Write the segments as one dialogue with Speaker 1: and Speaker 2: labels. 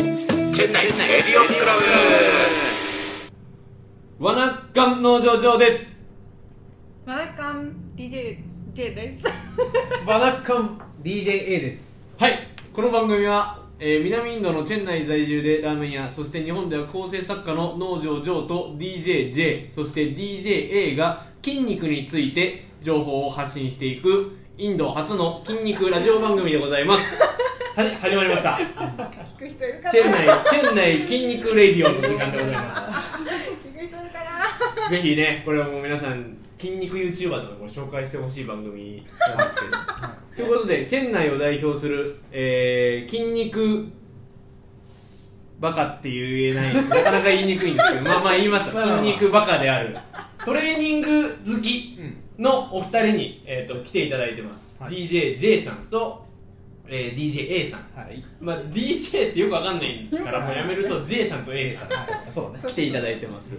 Speaker 1: 店内エリオンクラ
Speaker 2: わなっかん農場上です
Speaker 3: マラカン DJ J です。
Speaker 4: バナッカン DJA です
Speaker 2: はいこの番組は、えー南インドのチェン内在住でラーメン屋そして日本では構成作家の農場上と DJJ そして DJA が筋肉について情報を発信していくインド初の筋肉ラジオ番組でございますはい始まりました
Speaker 3: 聞く人いるかな。
Speaker 2: チェン内チェン内筋肉レディオの時間でございま
Speaker 3: 聞く人いるかな。
Speaker 2: すぜひねこれはもう皆さん筋肉 YouTuber とかも紹介してほしい番組なんですけどということでチェン内を代表する、えー筋肉バカって言えないですなかなか言いにくいんですけどまあまあ言います
Speaker 4: まあまあまあ
Speaker 2: 筋肉バカであるトレーニング好きのお二人に、えー、と来ていただいてます、
Speaker 4: はい
Speaker 2: DJJ さんと、えー DJA さん、
Speaker 4: はい
Speaker 2: まあ、DJ ってよくわかんないからもうやめると J さんと A さん
Speaker 4: そうね
Speaker 2: 来ていただいてます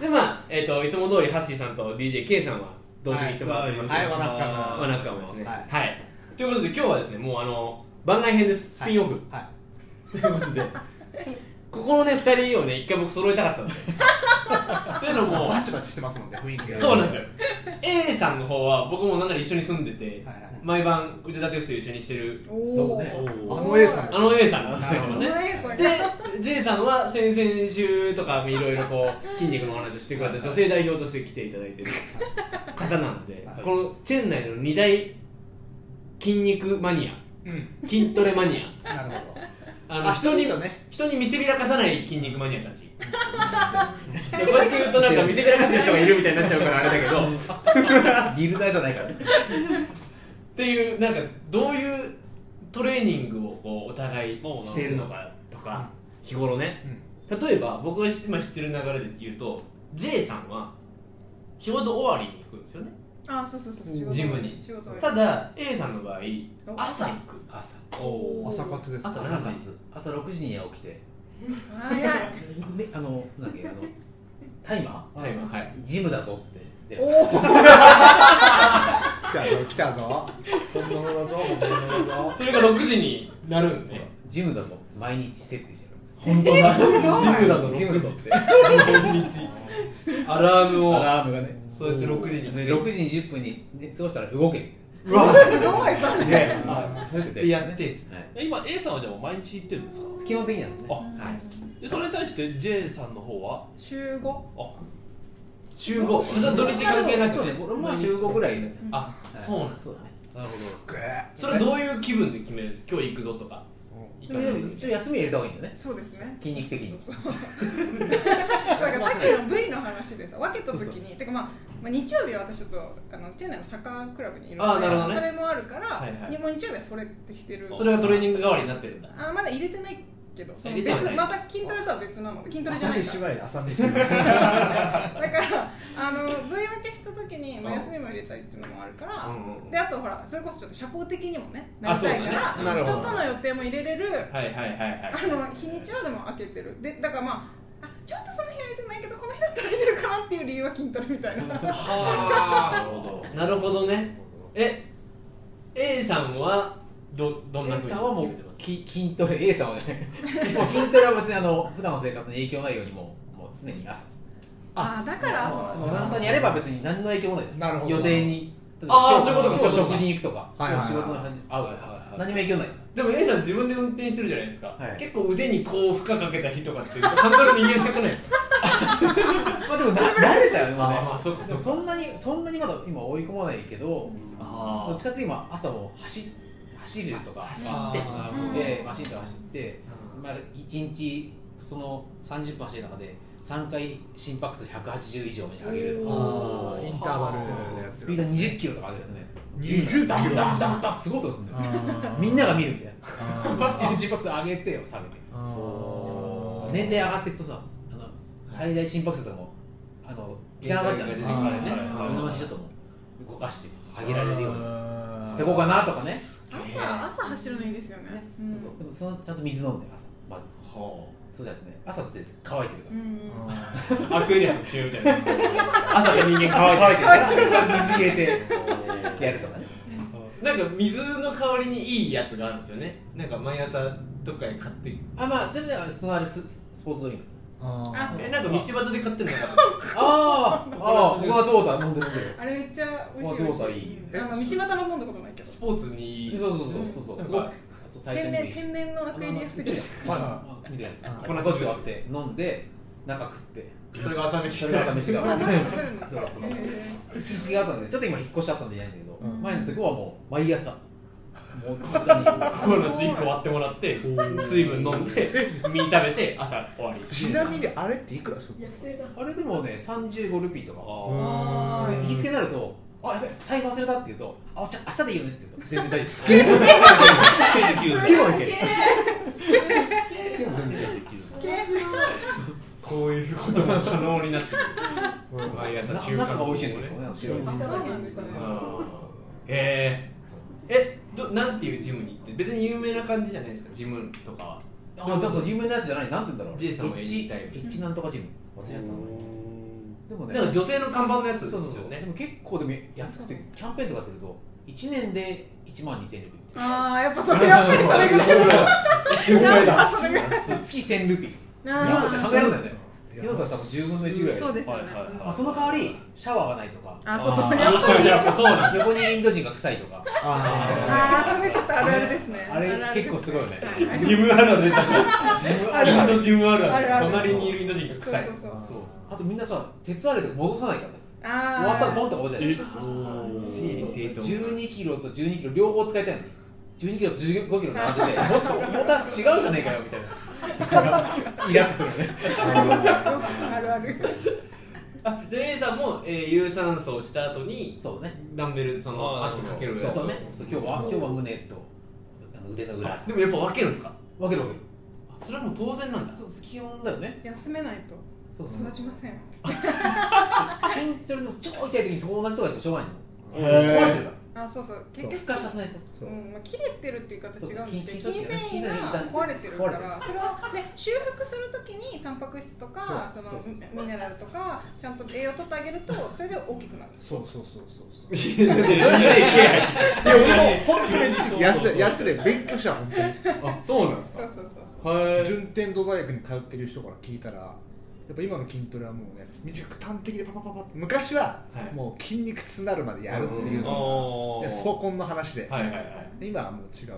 Speaker 2: でまあ、えー、といつも通りハッシーさんと DJK さんは同時にしてもらってます、
Speaker 4: はいはいわなっかん
Speaker 2: まあなんかもですね
Speaker 4: は
Speaker 2: はいい、ということで今日はですねもうあの番外編ですスピンオフ、
Speaker 4: はい
Speaker 2: ということでここのね2人をね一回僕揃えたかったんですよというのも
Speaker 4: バチバチしてますもんね雰囲気が
Speaker 2: そうなんですよ A さんの方は僕もなんなら一緒に住んでて、
Speaker 4: はいはい
Speaker 2: 毎晩腕立て伏せ一緒にしてる
Speaker 4: そうね
Speaker 2: お
Speaker 4: あ
Speaker 2: ー
Speaker 4: の A さん
Speaker 2: あの A さんなん
Speaker 4: な
Speaker 2: で
Speaker 4: る
Speaker 2: す
Speaker 4: ほ
Speaker 2: よ
Speaker 4: ど
Speaker 3: こ
Speaker 2: ね
Speaker 3: の映像が。
Speaker 2: で J さんは先々週とかいろいろこ う筋肉のお話をしてくれた女性代表として来ていただいてる方なんで
Speaker 4: はい
Speaker 2: このチェン内の2大筋肉マニア
Speaker 4: うん
Speaker 2: 筋トレマニア
Speaker 4: なるほど
Speaker 2: あの
Speaker 4: あ
Speaker 2: 人に
Speaker 4: そうだね
Speaker 2: 人に見せびらかさない筋肉マニア たちでこうやって言うとなんか見せびらかしてる人がいるみたいになっちゃうからあれだけど
Speaker 4: リルダーじゃないからね
Speaker 2: っていうなんかどういうトレーニングをこうお互いしているのかとか日頃ね、例えば僕が今知ってる流れで言うと J さんは仕事終わりに行くんですよね
Speaker 3: あ、そうそうそうそう。仕事
Speaker 2: ジムに
Speaker 3: 仕事。
Speaker 2: ただ A さんの場合朝行くんです
Speaker 1: 朝
Speaker 3: お
Speaker 4: 朝活です
Speaker 1: 朝
Speaker 4: ね
Speaker 1: 何時朝6時に起きて
Speaker 3: 早い。
Speaker 1: であのなんだっけあのタイマ
Speaker 2: タイマーはい
Speaker 1: ージムだぞって
Speaker 3: お
Speaker 1: で
Speaker 3: お。
Speaker 4: 来たぞ来たぞ本物だぞ本物だぞ
Speaker 2: それが6時になるんですね
Speaker 1: ジムだぞ毎日設定してる
Speaker 2: 本当だジ
Speaker 3: い
Speaker 2: ムだぞ
Speaker 1: ジ
Speaker 2: 6時
Speaker 1: ムだぞって
Speaker 2: 毎日アラーム
Speaker 1: ア
Speaker 2: を
Speaker 1: ラームがね
Speaker 2: そうやって6時に
Speaker 1: で6時に10分に寝過ごしたら動け
Speaker 2: うわ
Speaker 3: すごい。
Speaker 2: すげえは
Speaker 1: そうやっ
Speaker 2: いでやってんです
Speaker 1: はい
Speaker 5: え今 A さんはじゃあもう毎日行ってるんですか
Speaker 1: 基本的なのね
Speaker 5: あ
Speaker 1: はい
Speaker 5: でそれに対して J さんの方は
Speaker 3: 週五。
Speaker 5: あ
Speaker 2: 週5それは土日関係なく
Speaker 1: そうね俺も週5ぐらいね
Speaker 2: あ
Speaker 1: はい
Speaker 2: そうなんです
Speaker 1: そうだね
Speaker 5: なるほ
Speaker 4: ぐえ
Speaker 2: それはどういう気分で決めるんですか今日行くぞとか行
Speaker 1: で
Speaker 2: か
Speaker 1: も
Speaker 2: な
Speaker 1: で
Speaker 2: い
Speaker 1: も一応休み入れた方がいいんだよね
Speaker 3: そうですね。
Speaker 1: 筋肉的に
Speaker 3: そうそう。だからさっきの V の話でさ、分けた時に、てかまあ。まあ、日曜日は私ちょっとあの店内のサッカークラブにいるので
Speaker 2: あなるほどね
Speaker 3: それもあるから、
Speaker 2: はいはい
Speaker 3: もう日曜日はそれってしてる
Speaker 2: それがトレーニング代わりになってるんだ
Speaker 3: あまだ入れてないけどその
Speaker 2: 入れてはな
Speaker 3: 別
Speaker 2: い
Speaker 3: また筋トレとは別なので筋トレじゃないから
Speaker 4: い朝飯前
Speaker 3: だからあの部位分けした時に、まあ、休みも入れたいっていうのもあるから、
Speaker 2: うんうんうん
Speaker 3: であとほらそれこそちょっと社交的にもねなりたいか
Speaker 2: あ
Speaker 4: そ
Speaker 3: ら、
Speaker 4: うだねなる
Speaker 3: 人
Speaker 4: ほど
Speaker 3: との予定も入れれる、
Speaker 2: はいはいはいはい
Speaker 3: あの日にちはでも開けてるでだからまああちょっとその日空いてないけどこの日だったら空いてるかなっていう理由は筋トレみたい な
Speaker 2: はあなるほどなるほどねえ A さんはどどんな
Speaker 1: A
Speaker 2: ふうに
Speaker 1: さんはもう
Speaker 2: 決めてます
Speaker 1: き筋トレ A さんはね もう筋トレは別にあの普段の生活に影響ないようにもうもう常に朝
Speaker 3: あだから朝
Speaker 1: も
Speaker 3: なん
Speaker 1: う
Speaker 3: ですね
Speaker 1: 朝にやれば別に何の影響もない
Speaker 4: なるほど
Speaker 1: 予定に
Speaker 2: あーそういうことか
Speaker 1: 今日
Speaker 2: そういうことか
Speaker 1: 食事に行くとか
Speaker 4: はいはいは
Speaker 1: 今
Speaker 4: い
Speaker 1: 日仕事の話に合うと
Speaker 2: はいはい
Speaker 1: か
Speaker 2: はい
Speaker 1: 何も影響ない
Speaker 2: でも A さん自分で運転してるじゃないですか、
Speaker 1: はい
Speaker 2: 結構腕にこう負荷かけた日とかってハンドル握れなくないですか
Speaker 1: まあでもな慣れたよねもう
Speaker 2: ま
Speaker 1: ね
Speaker 2: あまあそっか
Speaker 1: で
Speaker 2: そ
Speaker 1: も
Speaker 2: っか
Speaker 1: そんなにそんなにまだ今追い込まないけどど
Speaker 2: あ
Speaker 1: っちかっていうと今朝も走っ走るとか走
Speaker 4: って
Speaker 1: 走ってマシンとか走って、まあ、1日その30分走る中で3回心拍数180以上に上げると
Speaker 4: あ
Speaker 1: か
Speaker 4: ーインターバルのやつ
Speaker 1: スピード20キロとか上げるとね
Speaker 4: 20
Speaker 1: ダンダンダンダンすごいことするんだよみんなが見るみた いな心拍数上げてよ下げて年齢上がっていくとさあの最大心拍数とかもあの上がっちゃう
Speaker 2: 限
Speaker 1: ね
Speaker 2: 界
Speaker 1: 同
Speaker 2: が出てくる
Speaker 1: じ
Speaker 2: ね
Speaker 1: 話ちょっともう動かして上げられるように
Speaker 4: に
Speaker 1: していこうかなとかね
Speaker 3: 朝朝走るのいいですよね
Speaker 1: ね
Speaker 3: うん
Speaker 1: そうそうでもそのちゃんと水飲んで朝まず
Speaker 2: は
Speaker 1: そうじゃなくてね朝って乾いてるか
Speaker 3: う
Speaker 1: ら、
Speaker 3: ん
Speaker 2: あアクエリアスの塩みたいな 朝で人間乾いてる
Speaker 1: 乾いてる 水入れてやるとかね
Speaker 2: なんか水の代わりにいいやつがあるんですよねなんか毎朝どっかで買ってる
Speaker 1: あまあでもだからそのあれススポーツドリンク
Speaker 4: あ
Speaker 2: えなんか道端で買ってるのかな
Speaker 1: あーあーココナッツウォーター飲んで飲んでる
Speaker 3: あれめっちゃ美味しい
Speaker 1: ココナッツウォーターいい
Speaker 3: あの道端の飲んだことないけど
Speaker 2: スポーツに
Speaker 1: そうそうそうそうそうすごくそう代謝
Speaker 3: 天
Speaker 1: にも
Speaker 3: 然
Speaker 1: いいし
Speaker 3: 天然のアクエリアス的な
Speaker 4: はい
Speaker 1: あみたいなやつ
Speaker 4: うん
Speaker 1: 粉ちょっと割って飲んで中食って
Speaker 2: それが朝飯
Speaker 1: それが朝飯が
Speaker 3: あ食べるんです
Speaker 1: そう
Speaker 3: か
Speaker 1: そうそう
Speaker 3: へ
Speaker 1: 行きつけがあったのでちょっと今引っ越しちゃったんでいないんだけど、
Speaker 4: うん
Speaker 1: 前の時はもう毎朝もう紅茶に
Speaker 2: ココナッツ1個割ってもらって水分飲んで身食べて朝終わり
Speaker 4: ちなみにあれっていくらするん
Speaker 6: 野
Speaker 4: ですか
Speaker 6: 生だ
Speaker 1: あれでもね35ルピーとか
Speaker 7: あ
Speaker 4: あ
Speaker 1: で行きつけになると「あやべ財布忘れた」って言うと「あお茶明日でいいよね」って言うと全然大丈夫つけるつけもいける つけも全然いける
Speaker 2: こういうことも可能になってくる毎朝
Speaker 1: な
Speaker 2: 習
Speaker 1: 中
Speaker 2: 慣
Speaker 1: が美味しいんだよねあの白いチー
Speaker 6: そ
Speaker 1: ズ
Speaker 6: うなんですね
Speaker 2: えー、えどなんていうジムに行って別に有名な感じじゃないですかジムとかは
Speaker 1: あだから有名なやつじゃないなんて言うんだろう
Speaker 2: ジェイさんも
Speaker 1: エ
Speaker 2: 言
Speaker 1: ッ
Speaker 2: い
Speaker 1: チ
Speaker 2: たいよ
Speaker 1: エッチなんとかジム忘れちゃったのでもね
Speaker 2: なんか女性の看板のやつ
Speaker 1: そ
Speaker 2: で
Speaker 1: う
Speaker 2: す
Speaker 1: そうそ
Speaker 2: よ
Speaker 1: うで
Speaker 2: ね
Speaker 1: も結構でも安くてキャンペーンとかやってると1年で1万2000ルピー
Speaker 3: ああやっぱそれやっぱりそれが
Speaker 2: すごい
Speaker 3: やっぱそれが
Speaker 1: 月1000ルピー
Speaker 3: あ
Speaker 1: 今
Speaker 3: ー
Speaker 1: じゃ考えられないんだよ世の中多分10分の1ぐらい
Speaker 3: そうですよね
Speaker 7: はいはいはい
Speaker 1: あその代わりシャワーがないとか
Speaker 3: あそうそうやっぱり
Speaker 2: やっぱそうなんだ
Speaker 1: 横にインド人が臭いとか
Speaker 4: あ
Speaker 3: ああそれちょっとあるあるですね
Speaker 1: あれ結構すごいよね
Speaker 3: は
Speaker 2: ジムあるある出た
Speaker 1: 自分
Speaker 3: あ
Speaker 1: あ
Speaker 2: イ
Speaker 3: る
Speaker 1: る
Speaker 2: ンドジムあるあ
Speaker 3: あ
Speaker 2: る
Speaker 3: るある
Speaker 2: 隣にいるインド人が
Speaker 3: そう
Speaker 2: 臭い
Speaker 3: そうそう
Speaker 1: そうあとみんなさ鉄アレで戻さないからさ
Speaker 3: あ
Speaker 1: 終わったらポン
Speaker 3: ン
Speaker 1: とか終わるじゃないですか
Speaker 2: 整理整頓
Speaker 1: 12キロと12キロ両方使いたいのに12キロと15キロ並んで てもうさモーター違うじゃねえかよみたいなイラッとするよね
Speaker 3: あるある
Speaker 2: あじゃあ A さんも、えー、有酸素をした後に
Speaker 1: そうね
Speaker 2: ダンベルその
Speaker 7: あー
Speaker 2: 圧かける
Speaker 1: そう
Speaker 2: やつ
Speaker 1: そ
Speaker 2: を
Speaker 1: うねそう今日は今日は胸とあの腕の裏
Speaker 2: あでもやっぱ分けるんですか
Speaker 1: 分ける分ける
Speaker 2: あそれはもう当然なんだ
Speaker 1: そう気温だよね
Speaker 3: 休めないと
Speaker 1: そうそう
Speaker 3: 育ちません
Speaker 1: 筋トレの超痛い時にそこ同じとかやってもしょうがないの
Speaker 2: え
Speaker 1: 壊れてる
Speaker 3: あそうそう
Speaker 1: そ
Speaker 3: 結
Speaker 1: う
Speaker 3: 局
Speaker 1: 復活させないと
Speaker 4: そう
Speaker 3: うんまあ、切れてるっていう形違うんですけ
Speaker 1: そう
Speaker 3: ど筋
Speaker 1: そう筋
Speaker 3: 繊
Speaker 1: 筋
Speaker 3: 維が壊れてるか
Speaker 1: 壊れて
Speaker 3: らそれはで修復するときにタンパク質とかそ
Speaker 1: そう
Speaker 3: の
Speaker 1: そうそう
Speaker 3: ミネラルとかちゃんと栄養取ってあげるとそれで大きくなる
Speaker 4: そうそうそうそう
Speaker 2: いや俺
Speaker 4: そういや俺も本当に次やってやってて勉強した本当に
Speaker 2: あそうなんです
Speaker 3: そ
Speaker 2: か
Speaker 3: うそうそうそう
Speaker 2: はい
Speaker 4: 順天堂大学に通ってる人から聞いたらやっぱ今の筋トレはもうね短く端的でパパパパって昔は
Speaker 2: はい
Speaker 4: もう筋肉痛になるまでやるっていうの
Speaker 2: の
Speaker 4: がでソコンの話で
Speaker 2: はいはいはい
Speaker 4: で今はもう違う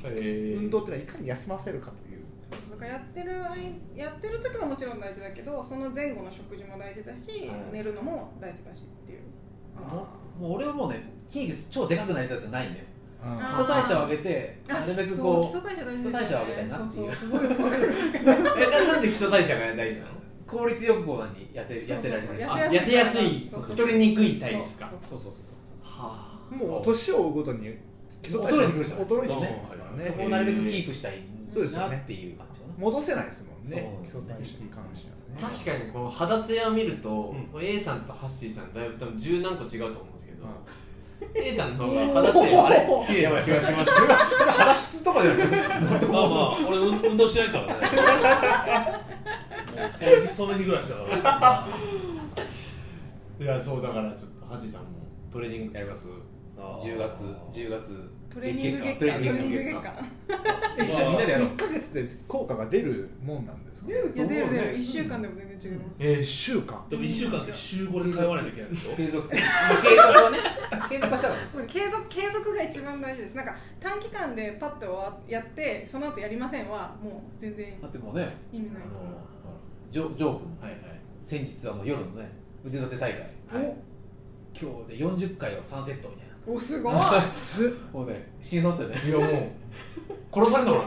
Speaker 4: と
Speaker 2: へー
Speaker 4: 運動ってのはいかに休ませるかという
Speaker 3: だからやってる間やってる時はもちろん大事だけどその前後の食事も大事だし、
Speaker 2: はい
Speaker 3: 寝るのも大事だしっていう
Speaker 1: もうもう俺はもうね筋肉超でかくなりたくないんだよ
Speaker 4: うん
Speaker 1: 基礎代謝を上げてなるべくこ
Speaker 3: そう基礎代謝大事です
Speaker 1: 基礎代謝
Speaker 3: よ
Speaker 1: を上げたい
Speaker 3: ね
Speaker 1: なってい
Speaker 3: そうそ
Speaker 1: う
Speaker 3: うすごいわかる
Speaker 2: えななんで基礎代謝が大事なの
Speaker 1: 効率よくこう何痩せ痩せられるし
Speaker 3: そう
Speaker 2: あ痩せやすい
Speaker 3: そうそう
Speaker 2: 太りにくい体質か
Speaker 3: そう
Speaker 1: そうそうそうそう
Speaker 2: は
Speaker 4: もう年を追うごとに基礎代謝
Speaker 1: 衰えてくるじゃん
Speaker 4: 衰えてきてますから
Speaker 1: そこ
Speaker 4: ね
Speaker 1: をなるべくキープしたい
Speaker 4: そうですよ
Speaker 1: な
Speaker 4: ね
Speaker 1: っていう感じかな
Speaker 4: 戻せないですもんね基
Speaker 1: そ
Speaker 4: 礎
Speaker 1: う
Speaker 4: 代謝に関して
Speaker 2: あ
Speaker 4: はね
Speaker 2: 確かにこの肌ツヤを見ると、
Speaker 7: う
Speaker 2: A さんとハッシーさんだいぶ多分十何個違うと思うんですけど、
Speaker 4: うん
Speaker 2: A さんの方が肌ツヤあ れ綺麗な気がしますよ
Speaker 1: それ肌質とかじゃなく て
Speaker 7: まあまあ俺運運動しないからねもうその日その日ぐらいしかからあ
Speaker 2: いやそうだからちょっとハッシーさんもトレーニングやります
Speaker 7: ー
Speaker 1: 10月10月
Speaker 3: トレーニング月間
Speaker 1: ト
Speaker 3: ト
Speaker 1: レ
Speaker 3: レ
Speaker 1: ー
Speaker 3: ー
Speaker 1: ニ
Speaker 3: ニ
Speaker 1: ン
Speaker 3: ン
Speaker 1: グ
Speaker 3: グ
Speaker 1: 月
Speaker 3: 月
Speaker 1: 間
Speaker 3: 間
Speaker 4: え一
Speaker 1: みんなでやろう
Speaker 4: 1か月で効果が出るもんなんですか出る
Speaker 3: いや出る出る1週間でも全然違います、
Speaker 4: えー、1週間
Speaker 7: でも1週間って週5で通わないといけないでしょ
Speaker 1: 継続するまあ継続はね継続はしたらね
Speaker 3: 継続継続が一番大事ですなんか短期間でパッと終わやってその後やりませんはもう全然
Speaker 1: だってもうね
Speaker 3: 意味
Speaker 1: あ
Speaker 3: ない
Speaker 1: のジョジョー君
Speaker 2: はい
Speaker 1: 先日あの夜のね腕立て大会
Speaker 2: はいはい
Speaker 1: 今日で40回を3セットみたいな
Speaker 3: おすごい
Speaker 4: つ
Speaker 1: もうね死にそうだったよね
Speaker 2: いやもう殺されたもん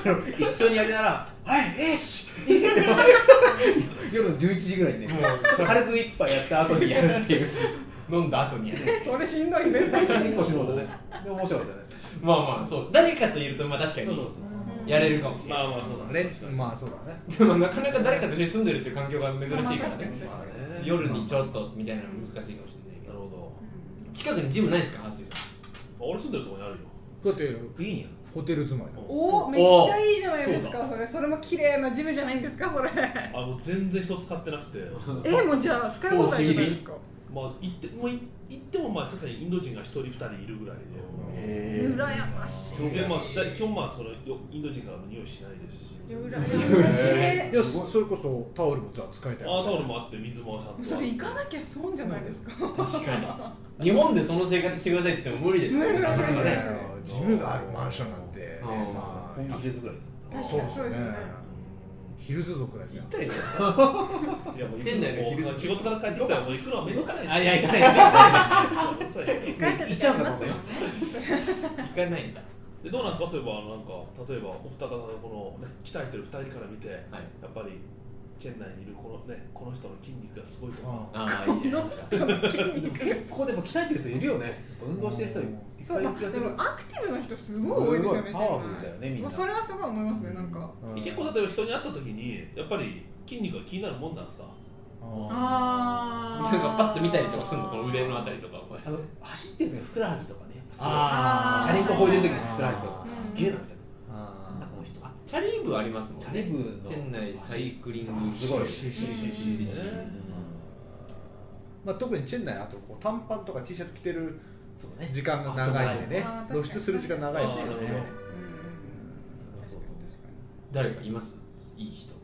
Speaker 1: それを一緒にやりながら「はいえいし!」夜の11時ぐらいにね
Speaker 2: もうそれ
Speaker 1: 軽く一杯やった後にやるっていう
Speaker 2: 飲んだ後にやる
Speaker 3: それしんどい絶対しんどい
Speaker 1: 結構しんどかったねでも面白かったね
Speaker 2: まあまあそう誰かといるとまあ確か
Speaker 1: そうそう
Speaker 2: に
Speaker 3: うん
Speaker 2: やれるかもしれ
Speaker 7: ま
Speaker 2: ない、
Speaker 7: あまあそうだね
Speaker 4: レ
Speaker 7: 確かに
Speaker 4: まあそうだね
Speaker 2: でもなかなか誰かと一緒に住んでるっていう環境が珍しいからね
Speaker 3: まあまあ確かに確かに
Speaker 2: 夜にちょっとみたいなの難しいかもしれないけ
Speaker 7: なる
Speaker 2: ど
Speaker 7: ほど
Speaker 2: 近くにジムないですかハッシーさん
Speaker 7: 俺住んでるとこにあるよ
Speaker 4: だって
Speaker 1: そういいんや
Speaker 4: ホテル住まいだ
Speaker 3: おめっちゃいいじゃないですかそれそれも綺麗なジムじゃないんですかそれ
Speaker 7: あの全然人使ってなくて
Speaker 3: えもうじゃあ使い放題じゃないですか
Speaker 7: まあ行ってもうい行ってもまあ確かにインド人が一人二人いるぐらい
Speaker 3: 羨ましい
Speaker 7: で、でまあだ基本まあそのよインド人からの匂いしないですし、
Speaker 3: 羨まし い
Speaker 4: いやそそれこそタオルもじゃあ使いたい
Speaker 7: ああタオルもあって水もちゃんとあって。
Speaker 3: それ行かなきゃ損じゃないですか
Speaker 2: 確かに日本でその生活してくださいって言っても無理ですから
Speaker 3: 無理無理
Speaker 2: なかな
Speaker 3: 無理
Speaker 2: か
Speaker 4: ね
Speaker 2: ね
Speaker 4: ジムがあるマンションなんて、ね
Speaker 2: うん
Speaker 4: ま
Speaker 1: 本気入れづらい
Speaker 4: あ、
Speaker 3: 確かにそうですよね
Speaker 4: ヒルズ族だじゃん
Speaker 2: 行ったりとか
Speaker 7: いやもう行く
Speaker 2: 店内の昼
Speaker 7: もう仕事から帰ってきたらもう行くのはめんどくさいです。
Speaker 1: あいやいかない行かない
Speaker 7: めんどくさいです
Speaker 3: 疲れた
Speaker 1: 行っ
Speaker 3: 時
Speaker 1: ちゃ
Speaker 3: あ
Speaker 1: う
Speaker 3: り
Speaker 1: んだ
Speaker 3: ま
Speaker 1: こ
Speaker 3: す
Speaker 1: こ
Speaker 3: よ
Speaker 1: よ
Speaker 2: 行
Speaker 3: ね
Speaker 2: かないんだ
Speaker 7: でどうなんですかそういえばあのなんか例えばお二方のこのね鍛えてる二人から見てや
Speaker 2: はい
Speaker 7: っぱり県内にいるこのねこの人の筋肉がすごいとか。
Speaker 4: あ
Speaker 2: ああいいじゃないですか
Speaker 1: ここでも鍛えてる人いるよねやっぱ運動してる人いっ
Speaker 3: そ
Speaker 1: ぱ
Speaker 3: う
Speaker 1: いい
Speaker 3: ま
Speaker 1: る気
Speaker 3: あ
Speaker 1: が
Speaker 3: です
Speaker 1: る
Speaker 3: もアクティブな人すごい多いですよね
Speaker 1: すごいパワフルだよねみん
Speaker 3: ま
Speaker 1: な
Speaker 3: あそれはすごい思いますねなんか
Speaker 4: うん
Speaker 7: 結構例えば人に会った時にやっぱり筋肉が気になるもんなんですか。
Speaker 4: あ
Speaker 3: あ
Speaker 2: なんかパッと見たりとかするのこの腕のあたりとかこうやって
Speaker 1: あの走ってる時のふくらはぎとかね
Speaker 4: あ
Speaker 1: チ
Speaker 4: ー
Speaker 1: ャリンコこいでる時のふくらはぎと
Speaker 4: あ
Speaker 1: か
Speaker 4: ー
Speaker 1: すげえなみたいななん
Speaker 4: あ
Speaker 1: だこの人あ
Speaker 2: チャリーブありますもん
Speaker 1: チャリ
Speaker 2: ね
Speaker 1: ブの
Speaker 2: 店内サイクリング
Speaker 1: すごい
Speaker 2: シシシシシシ
Speaker 7: ね
Speaker 4: まあ、特にチェン内あとこう短パンとか T シャツ着てる
Speaker 1: そうだね
Speaker 4: 時間が長いしね
Speaker 3: あそう
Speaker 4: 露出する時間長いですよ
Speaker 7: あーなる
Speaker 4: ね
Speaker 7: ほ
Speaker 2: 誰かいますいい人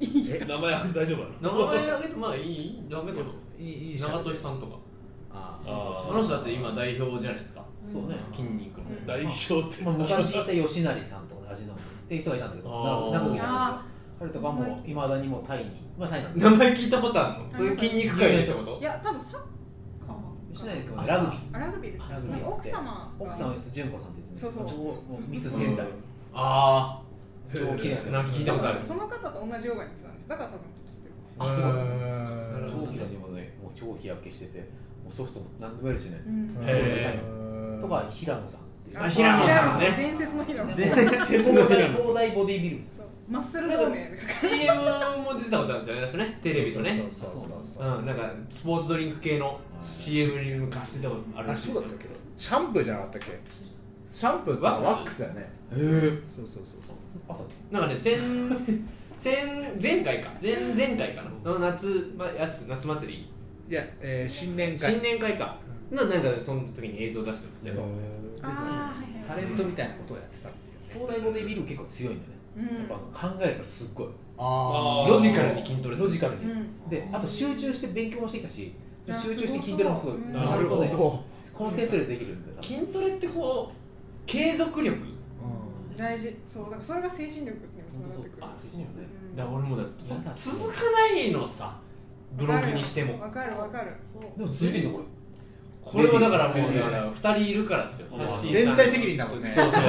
Speaker 7: 名前は大丈夫なの。
Speaker 2: 名前あげてまあいいダメだと
Speaker 4: いいいいシャツ
Speaker 2: 長俊さんとか
Speaker 4: あー
Speaker 7: あ
Speaker 2: あの人だって今代表じゃないですか
Speaker 1: そうね
Speaker 2: 筋肉の
Speaker 3: うん
Speaker 7: 代表って。
Speaker 1: まあ昔いた吉成さんと同じのっていう人がいたんだけど
Speaker 2: あー
Speaker 1: な長くいたんですよ彼とかもいまだにもうタイにまあタイなんだけど
Speaker 2: 名前聞いたことあるのそういう筋肉界のってこと
Speaker 3: いや多分サッカ
Speaker 1: 吉
Speaker 3: ー
Speaker 1: 成君はラグビー
Speaker 3: あラグビーですか
Speaker 1: ラグビーやって
Speaker 3: 奥様が
Speaker 1: 奥さんは純子さんって言って
Speaker 3: そうそう
Speaker 1: ちょもうミス仙台
Speaker 2: あ
Speaker 1: 超綺麗な人
Speaker 2: なんか聞いたことある
Speaker 3: その方と同じヨガにしてたんですよだから多分ちょっと知ってる
Speaker 4: うーん
Speaker 1: 超綺麗にもねもう超日焼けしててもうソフトも何でもやるしね
Speaker 3: うん
Speaker 2: へ
Speaker 1: とか平野さんっていう
Speaker 2: あ平野さんね
Speaker 3: 伝説の平野さん
Speaker 1: 全然東大東大ボディビル
Speaker 3: そうマッスル同盟です
Speaker 2: あ CM も出てたことあるんですよね私ねテレビとね
Speaker 4: そうそうそうそう
Speaker 2: うんなんかスポーツドリンク系の CM に昔出たことある
Speaker 4: あ
Speaker 2: らしい
Speaker 4: そう
Speaker 2: で
Speaker 4: だ
Speaker 2: す
Speaker 4: った
Speaker 2: よ
Speaker 4: っけシャンプーじゃなかったっけシャンプー
Speaker 2: ワッ
Speaker 4: は
Speaker 2: クス
Speaker 4: ワックスだよね
Speaker 1: へえ
Speaker 4: そうそうそうそう
Speaker 1: あったっ
Speaker 2: なんかね先 先前回か前前回かなの夏まやす夏祭り
Speaker 4: いや、えー、新年会
Speaker 2: 新年会かのなんかその時に映像出してました
Speaker 1: け
Speaker 2: よ
Speaker 3: あーはいはい
Speaker 4: タレントみたいなことをやってたっていう
Speaker 1: 東大ボディビル結構強いんだよね
Speaker 3: うん
Speaker 1: やっぱあの考えるからすっごい
Speaker 7: あー
Speaker 2: ロジカルに筋トレする
Speaker 1: ロジカル
Speaker 3: う
Speaker 1: に
Speaker 3: ん
Speaker 1: であと集中して勉強もしてきたし
Speaker 3: いや
Speaker 1: 集中して聞いてるのもすごい
Speaker 3: すご
Speaker 4: なるほ
Speaker 1: そういうことで
Speaker 4: ど、
Speaker 1: コンセントレートできるんで多分
Speaker 2: 筋トレってこう継続力
Speaker 3: 大事そうだからそれが精神力にもつながってくる
Speaker 1: あそうよね
Speaker 3: うん
Speaker 2: だから俺もだ
Speaker 1: 嫌だ
Speaker 2: 続かないのさブログにしても
Speaker 3: わかるわかる
Speaker 1: でも続いてんのこれ
Speaker 2: これはだからも
Speaker 1: レ
Speaker 2: う
Speaker 1: ディ
Speaker 2: だ
Speaker 1: ー
Speaker 2: から2人いるからですよ
Speaker 1: あー
Speaker 4: 連帯責任だもんね
Speaker 2: そうそう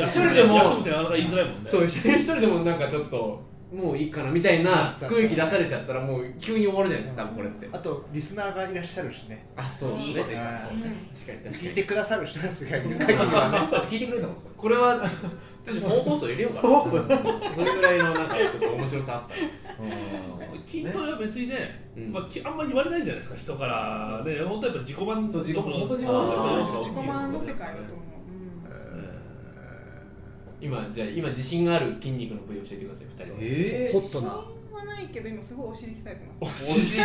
Speaker 7: 休
Speaker 2: そ
Speaker 7: む
Speaker 2: れでも
Speaker 7: 休むってなかなか言いづらいもんね。
Speaker 2: そう一人一人でもなんかちょっともういいかなみたいな雰囲気出されちゃったらもう急に終わるじゃないですか多分これって
Speaker 4: あとリスナーがいらっしゃるしね
Speaker 2: あそう
Speaker 1: いい
Speaker 2: ね
Speaker 1: こ
Speaker 2: 確か
Speaker 1: と言った
Speaker 3: うん
Speaker 2: に確か
Speaker 4: 聞い
Speaker 2: に
Speaker 4: てくださる人たちがいる限りはね
Speaker 1: 今回聞いてくれるんだもんこ
Speaker 2: これはちょっと本放送入れようかなそれぐらいのなんかちょっと面白さあった
Speaker 7: 筋トレは別にね、
Speaker 2: うん
Speaker 7: まあ、きあんまり言われないじゃないですか人からね本当やっぱ自己満
Speaker 1: そう自己満
Speaker 7: の
Speaker 1: そう自己
Speaker 3: 本
Speaker 1: 満
Speaker 3: 当
Speaker 7: あー
Speaker 3: 自己満の世界だと思う
Speaker 2: 今じゃあ今自信がある筋肉の部位教えてください2人で
Speaker 1: え
Speaker 4: ホ
Speaker 1: え
Speaker 4: ッ
Speaker 3: そ
Speaker 4: トな
Speaker 3: うはないけど今すごいお尻鍛えて
Speaker 2: お
Speaker 3: ます
Speaker 2: 尻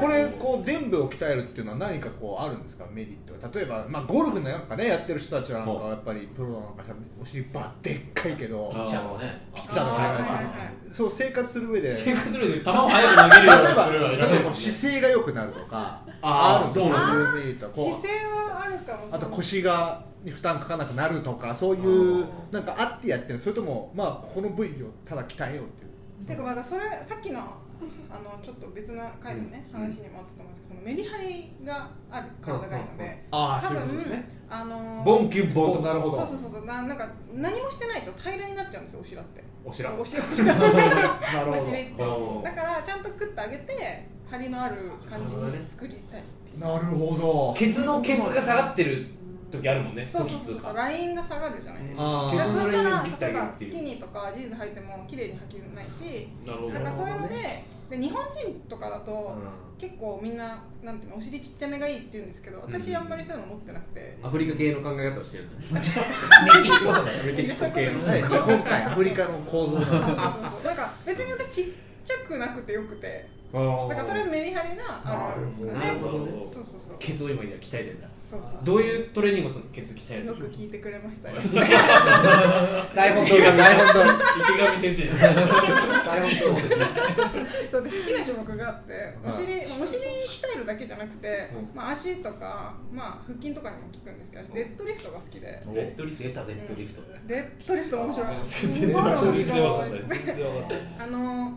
Speaker 4: これこう伝部を鍛えるっていうのは何かこうあるんですかメリットは例えば、まあ、ゴルフなんかねやってる人たちはなんか
Speaker 2: は
Speaker 4: やっぱりプロなんかしゃべお尻ばっでっかいけど
Speaker 1: ピッチャーもね
Speaker 4: ピッチャーの世界です
Speaker 3: はいはいは
Speaker 4: そう生活する上で
Speaker 2: 生
Speaker 4: 例
Speaker 2: 活するのに球を早く投げるようにするわ
Speaker 4: え
Speaker 2: け
Speaker 4: ば
Speaker 2: だね
Speaker 4: こう姿勢が良くなるとか
Speaker 2: あー
Speaker 4: あるんですよ
Speaker 2: そうなんだ
Speaker 4: そういうメリットはこう
Speaker 3: 姿勢はあるかもしれない
Speaker 4: あと腰がに負担かかなくなるとかそういうなんかあってやってるそれともまあここの部位をただ鍛えようっていう
Speaker 3: てかまだそれさっきのあのちょっと別な回のね、
Speaker 2: うん
Speaker 3: 話にもあったと思うんですけどそのメリハリがある体がいいので、
Speaker 4: あ
Speaker 3: 多分あのー
Speaker 2: ボンキュッボンと
Speaker 4: なるほど
Speaker 3: そうそうそうそうななんか何もしてないと平らになっちゃうんですよお尻って
Speaker 2: おしら
Speaker 3: お尻お尻 な
Speaker 4: るほど
Speaker 3: だからちゃんとクッと上げて張りのある感じに作りたい、
Speaker 4: なるほど
Speaker 2: ケツのケツが下がってる時あるもんね
Speaker 3: そうそうそう
Speaker 2: 時
Speaker 3: そ
Speaker 2: 々
Speaker 3: うラインが下がるじゃないですか
Speaker 4: あ
Speaker 3: だ
Speaker 4: ー
Speaker 3: からそし
Speaker 2: ケツの
Speaker 3: たら
Speaker 2: ラインを切ってあ
Speaker 3: 例
Speaker 2: げ
Speaker 3: え
Speaker 2: る
Speaker 3: ば
Speaker 2: って
Speaker 3: ス
Speaker 2: いう
Speaker 3: キニーとかジーンズ履いても綺麗に履けないし
Speaker 7: なるほど
Speaker 3: だからそういうのでで日本人とかだと、
Speaker 2: う
Speaker 3: 結構みんななんていうのお尻ちっちゃめがいいって言うんですけど私あんまりそういうの持ってなくて、
Speaker 2: んアフリカ系の考え方をしてるんだ
Speaker 1: メキシコとか
Speaker 2: メキシコ系の
Speaker 4: はい日本海アフリカの構造なの
Speaker 3: そうそうだから別に私ちっちゃくなくてよくて
Speaker 2: う
Speaker 8: あ
Speaker 3: だからとりあえずメリハリがある
Speaker 4: な
Speaker 3: ね
Speaker 8: なるほどね
Speaker 3: そうそうそう
Speaker 2: ケツを今じゃあ鍛えてんだ
Speaker 3: そうそう
Speaker 2: どういうトレーニングをするのケツ鍛える
Speaker 3: よ
Speaker 2: の
Speaker 3: く聞いてくれましたよ
Speaker 4: 台本通りだ台本通り
Speaker 2: 池上先生
Speaker 4: 台本通りですね
Speaker 3: そうで好きな種目があってお尻、
Speaker 4: は
Speaker 3: まあお尻鍛えるだけじゃなくて、
Speaker 2: う
Speaker 3: まあ、足とか、まあ、腹筋とかにも効くんですけど私デッドリフトが好きで
Speaker 1: レッドリフト出たレッドリフト
Speaker 3: デッドリフト面白い
Speaker 2: 全
Speaker 3: すごい面
Speaker 7: 全然わかん
Speaker 3: 白
Speaker 7: ない
Speaker 3: い
Speaker 7: 全然わかんない
Speaker 3: あの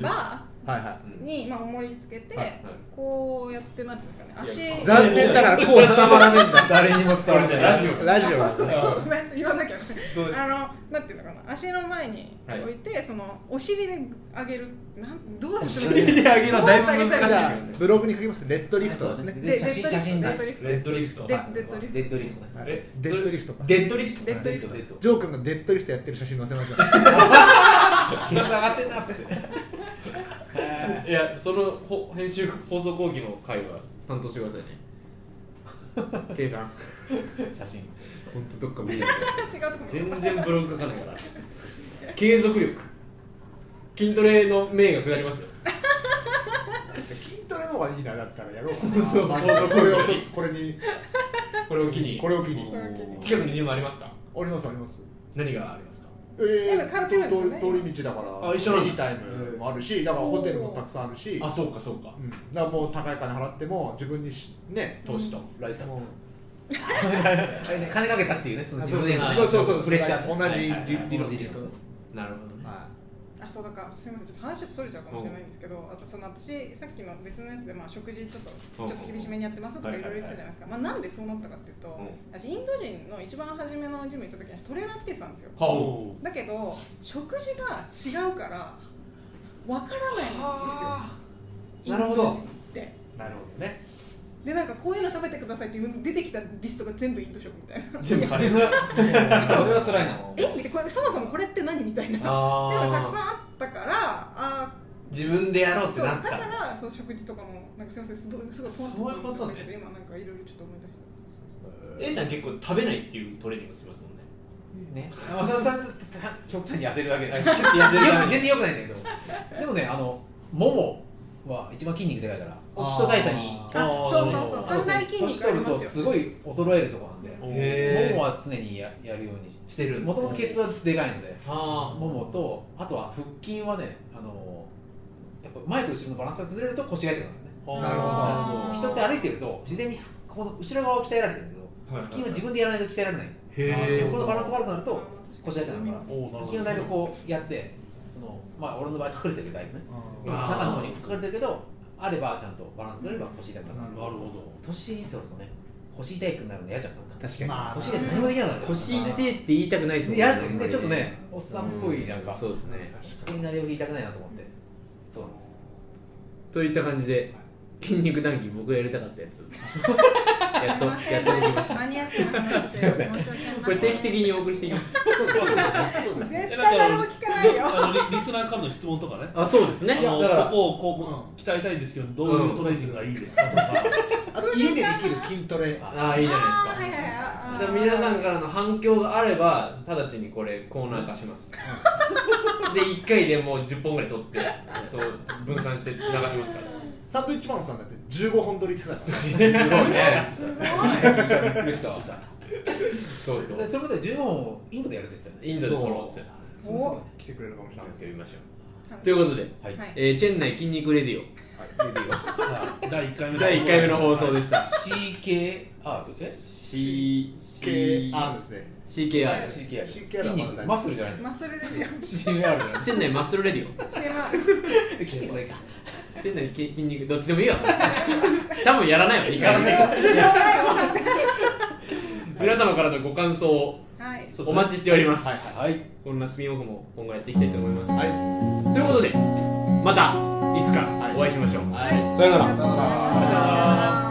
Speaker 3: バ
Speaker 4: はいは
Speaker 3: ーに、まあ、重りつけて、
Speaker 4: はい
Speaker 3: こうやってなんていうんですかね
Speaker 4: い
Speaker 3: 足
Speaker 4: 残念ながらこう伝わらねえんだ
Speaker 1: 誰にも伝わら
Speaker 2: これね
Speaker 1: な
Speaker 2: ラ
Speaker 1: い
Speaker 2: ジオ
Speaker 4: ラジオ
Speaker 3: あそうそう
Speaker 4: は
Speaker 3: そうごめん言わなきゃね
Speaker 2: どう
Speaker 3: あのなんていうのかな足の前に置いて、そのお尻で上げるなんどうやって
Speaker 2: お尻で上げるのだいぶ難しい
Speaker 4: じゃあブログに書きますレッドリフトですね
Speaker 3: で
Speaker 1: 写真写真
Speaker 3: デッ
Speaker 1: ね
Speaker 3: ドリフト
Speaker 2: レッドリフト
Speaker 3: デッドリフト
Speaker 1: レッドリフトね
Speaker 4: はい
Speaker 2: え
Speaker 4: デッドリフトか
Speaker 2: デッドリフト
Speaker 3: デッドリフト
Speaker 1: レッド
Speaker 4: ジョー君がデッドリフトやってる写真載せましょう
Speaker 1: ケツ上がってんなっつって
Speaker 2: いやそのほ編集放送後期の回は担当してくださいねケイさん
Speaker 1: 写真
Speaker 2: 本当どっか見ない
Speaker 3: 違うとこ見た
Speaker 2: 全然ブログ書かないから継続力筋トレの名が下りますよ
Speaker 4: 筋トレの方がいいなだったらやろうか
Speaker 2: そう
Speaker 4: まあこれをちょっとこれに
Speaker 2: これを機に
Speaker 4: これを機に
Speaker 3: れを機に
Speaker 2: 近くにジムありますか
Speaker 4: ありますあります
Speaker 2: 何がありますか
Speaker 4: え
Speaker 3: 今通ってるんですよね
Speaker 4: 通り道だから
Speaker 2: あ一緒なんだ
Speaker 4: エニタイムもあるしだからホテルもたくさんあるし
Speaker 2: あそうかそうか
Speaker 4: うんだからもう高い金払っても自分にしね
Speaker 2: 投資と
Speaker 1: ライター
Speaker 4: もう
Speaker 1: あれね金かけたっていうねその自分への
Speaker 4: そうそうそう
Speaker 1: プレッシャー
Speaker 4: 同じ
Speaker 1: はいはい
Speaker 4: 理論
Speaker 1: 同じ理
Speaker 4: は
Speaker 1: 論
Speaker 2: なるほどね
Speaker 3: あそうだからすみませんちょっと話ちょっとそれちゃうかもしれないんですけど、あとその私さっきの別のやつでまあ食事ちょっとち
Speaker 2: う
Speaker 3: ょ
Speaker 2: ん
Speaker 3: っと厳しめにやってますとかいろいろ言ってたじゃないですか。まあなんでそうなったかっていうと、私インド人の一番初めのジム行った時にトレーナーつけてたんですよ。
Speaker 2: は
Speaker 3: だけど食事が違うからわからないんですよ。
Speaker 2: なるほど
Speaker 3: インド人って
Speaker 4: なるほどね
Speaker 3: でなんかこういうの食べてくださいっていう出てきたリストが全部インド食みたいな。
Speaker 2: 全部カレー
Speaker 1: それは辛いな
Speaker 3: えみたいなこれそもそもこれって何みたいな。っていうのがたくさん
Speaker 2: ああ
Speaker 3: あったからあー
Speaker 2: 自分でやろうって
Speaker 3: そう
Speaker 2: な
Speaker 3: だ
Speaker 2: った
Speaker 3: からそう食事とかもなんかすみませんすごいすごいポン
Speaker 2: そういうことね
Speaker 3: 出てきたんだけど今なんかいろいろちょっと思い出したんです
Speaker 2: A さん結構食べないっていうトレーニングしますもんね
Speaker 1: ねまあそれは極端に痩せるわけだ
Speaker 2: はい
Speaker 1: よ
Speaker 2: ちょっと痩せるため
Speaker 1: く全然よくないんだけどでもねあのももは一番筋肉でかいから基礎代謝に
Speaker 4: あ
Speaker 3: あそうそうそう三大筋
Speaker 1: 年
Speaker 3: 肉あ
Speaker 1: 取
Speaker 3: り
Speaker 1: る
Speaker 3: ま
Speaker 1: と
Speaker 3: すよ
Speaker 1: すごい衰えるとこなんで
Speaker 2: おー
Speaker 1: もも
Speaker 2: ももは
Speaker 1: は常にややるようにし
Speaker 2: してるんで
Speaker 1: も
Speaker 2: す
Speaker 1: ともとケツはでかいので
Speaker 2: あ
Speaker 1: ももとあとは腹筋はねあのやっぱ前と後ろのバランスが崩れると腰が痛くなる
Speaker 2: あ
Speaker 1: んだね
Speaker 4: なるほど
Speaker 3: あー
Speaker 1: 人って歩いてると自然にこの後ろ側を鍛えられてるけど
Speaker 2: 腹
Speaker 1: 腹筋は自分でやらないと鍛えられない
Speaker 2: へ
Speaker 1: 横のバランスが悪くなる
Speaker 3: あ
Speaker 1: と腰が痛くなるから
Speaker 2: おーなるほど
Speaker 1: 腹筋をだいぶこうやってそのまあ俺の場合隠れてるけどだいぶね
Speaker 4: うん
Speaker 2: あー
Speaker 1: 中の方に隠れてるけどあればちゃんとバランス取れば腰痛くなる
Speaker 4: なるほど
Speaker 1: 年取るとね腰痛くなるの嫌じゃんなんか
Speaker 2: 確かに、
Speaker 4: まあ
Speaker 1: 腰痛い何もできなくなる
Speaker 2: 腰痛いって言いたくないですもん
Speaker 1: やるねちょっとねおっさんっぽいなんか
Speaker 2: そうです
Speaker 4: 確
Speaker 2: ね
Speaker 4: かに
Speaker 1: そこになるべく言いたくないなと思ってそうなんです
Speaker 2: といった感じで筋肉談義僕がやりたかったやつやっと
Speaker 3: ー
Speaker 2: やっとできまし
Speaker 3: マニアックな話
Speaker 1: すいません
Speaker 3: 申し訳あり
Speaker 2: た
Speaker 3: ま
Speaker 2: これ定期的にお送りしていきます
Speaker 3: 絶対誰も聞かないよ
Speaker 7: あのリリスナーからの質問とかね
Speaker 2: あそうです
Speaker 7: あ
Speaker 2: ね
Speaker 7: の
Speaker 2: だから
Speaker 7: ここをこう鍛えたいんですけどどういうトレーニングがいいですかとか
Speaker 4: あと家でできる筋トレ
Speaker 2: ああいいじゃ
Speaker 3: あ
Speaker 2: ないです
Speaker 3: ーはいはいはい
Speaker 2: かだ
Speaker 3: あー
Speaker 2: から皆さんからの反響があれば直ちにこれコーナー化しますで1回でもう10本ぐらい取ってそう分散して流しますから
Speaker 4: サンドイッチマンさんだって15本撮りしてたからね
Speaker 1: すごいねびっくりしたわ
Speaker 2: そうそ
Speaker 1: で
Speaker 2: う
Speaker 1: そういうことで15本をインドでやるって言ってた
Speaker 2: インドで
Speaker 1: よね
Speaker 2: 撮ろうって
Speaker 1: そうそう
Speaker 3: お
Speaker 4: 来てくれるかもしれないです
Speaker 2: 呼
Speaker 4: け
Speaker 2: びましょう
Speaker 3: 楽
Speaker 2: とい
Speaker 3: し
Speaker 2: うことで、
Speaker 1: はい
Speaker 3: はい
Speaker 2: えーチェン内筋肉レディオ
Speaker 7: 第1回目
Speaker 2: 第1回目の放送でした
Speaker 1: CKR え
Speaker 2: C
Speaker 4: K R ですね
Speaker 2: CKR
Speaker 1: CKR 筋
Speaker 4: CKR はまだ
Speaker 1: 肉マッスルじゃない
Speaker 3: み
Speaker 1: の
Speaker 3: マッスルレディ
Speaker 1: CR じゃない
Speaker 2: チェン内マッスルレディオ
Speaker 3: オ CM
Speaker 1: 筋肉だけ
Speaker 2: チェン内筋肉どっちでもいい わ多分やらないわいいから皆様からのご感想を
Speaker 3: はい
Speaker 2: お待ちしております、
Speaker 1: はい
Speaker 2: こんなスピンオフも今後やっていきたいと思います、
Speaker 4: はい
Speaker 2: ということでまたいつかお会いしましょう、
Speaker 4: はい
Speaker 2: さようなら
Speaker 3: ありがとうございました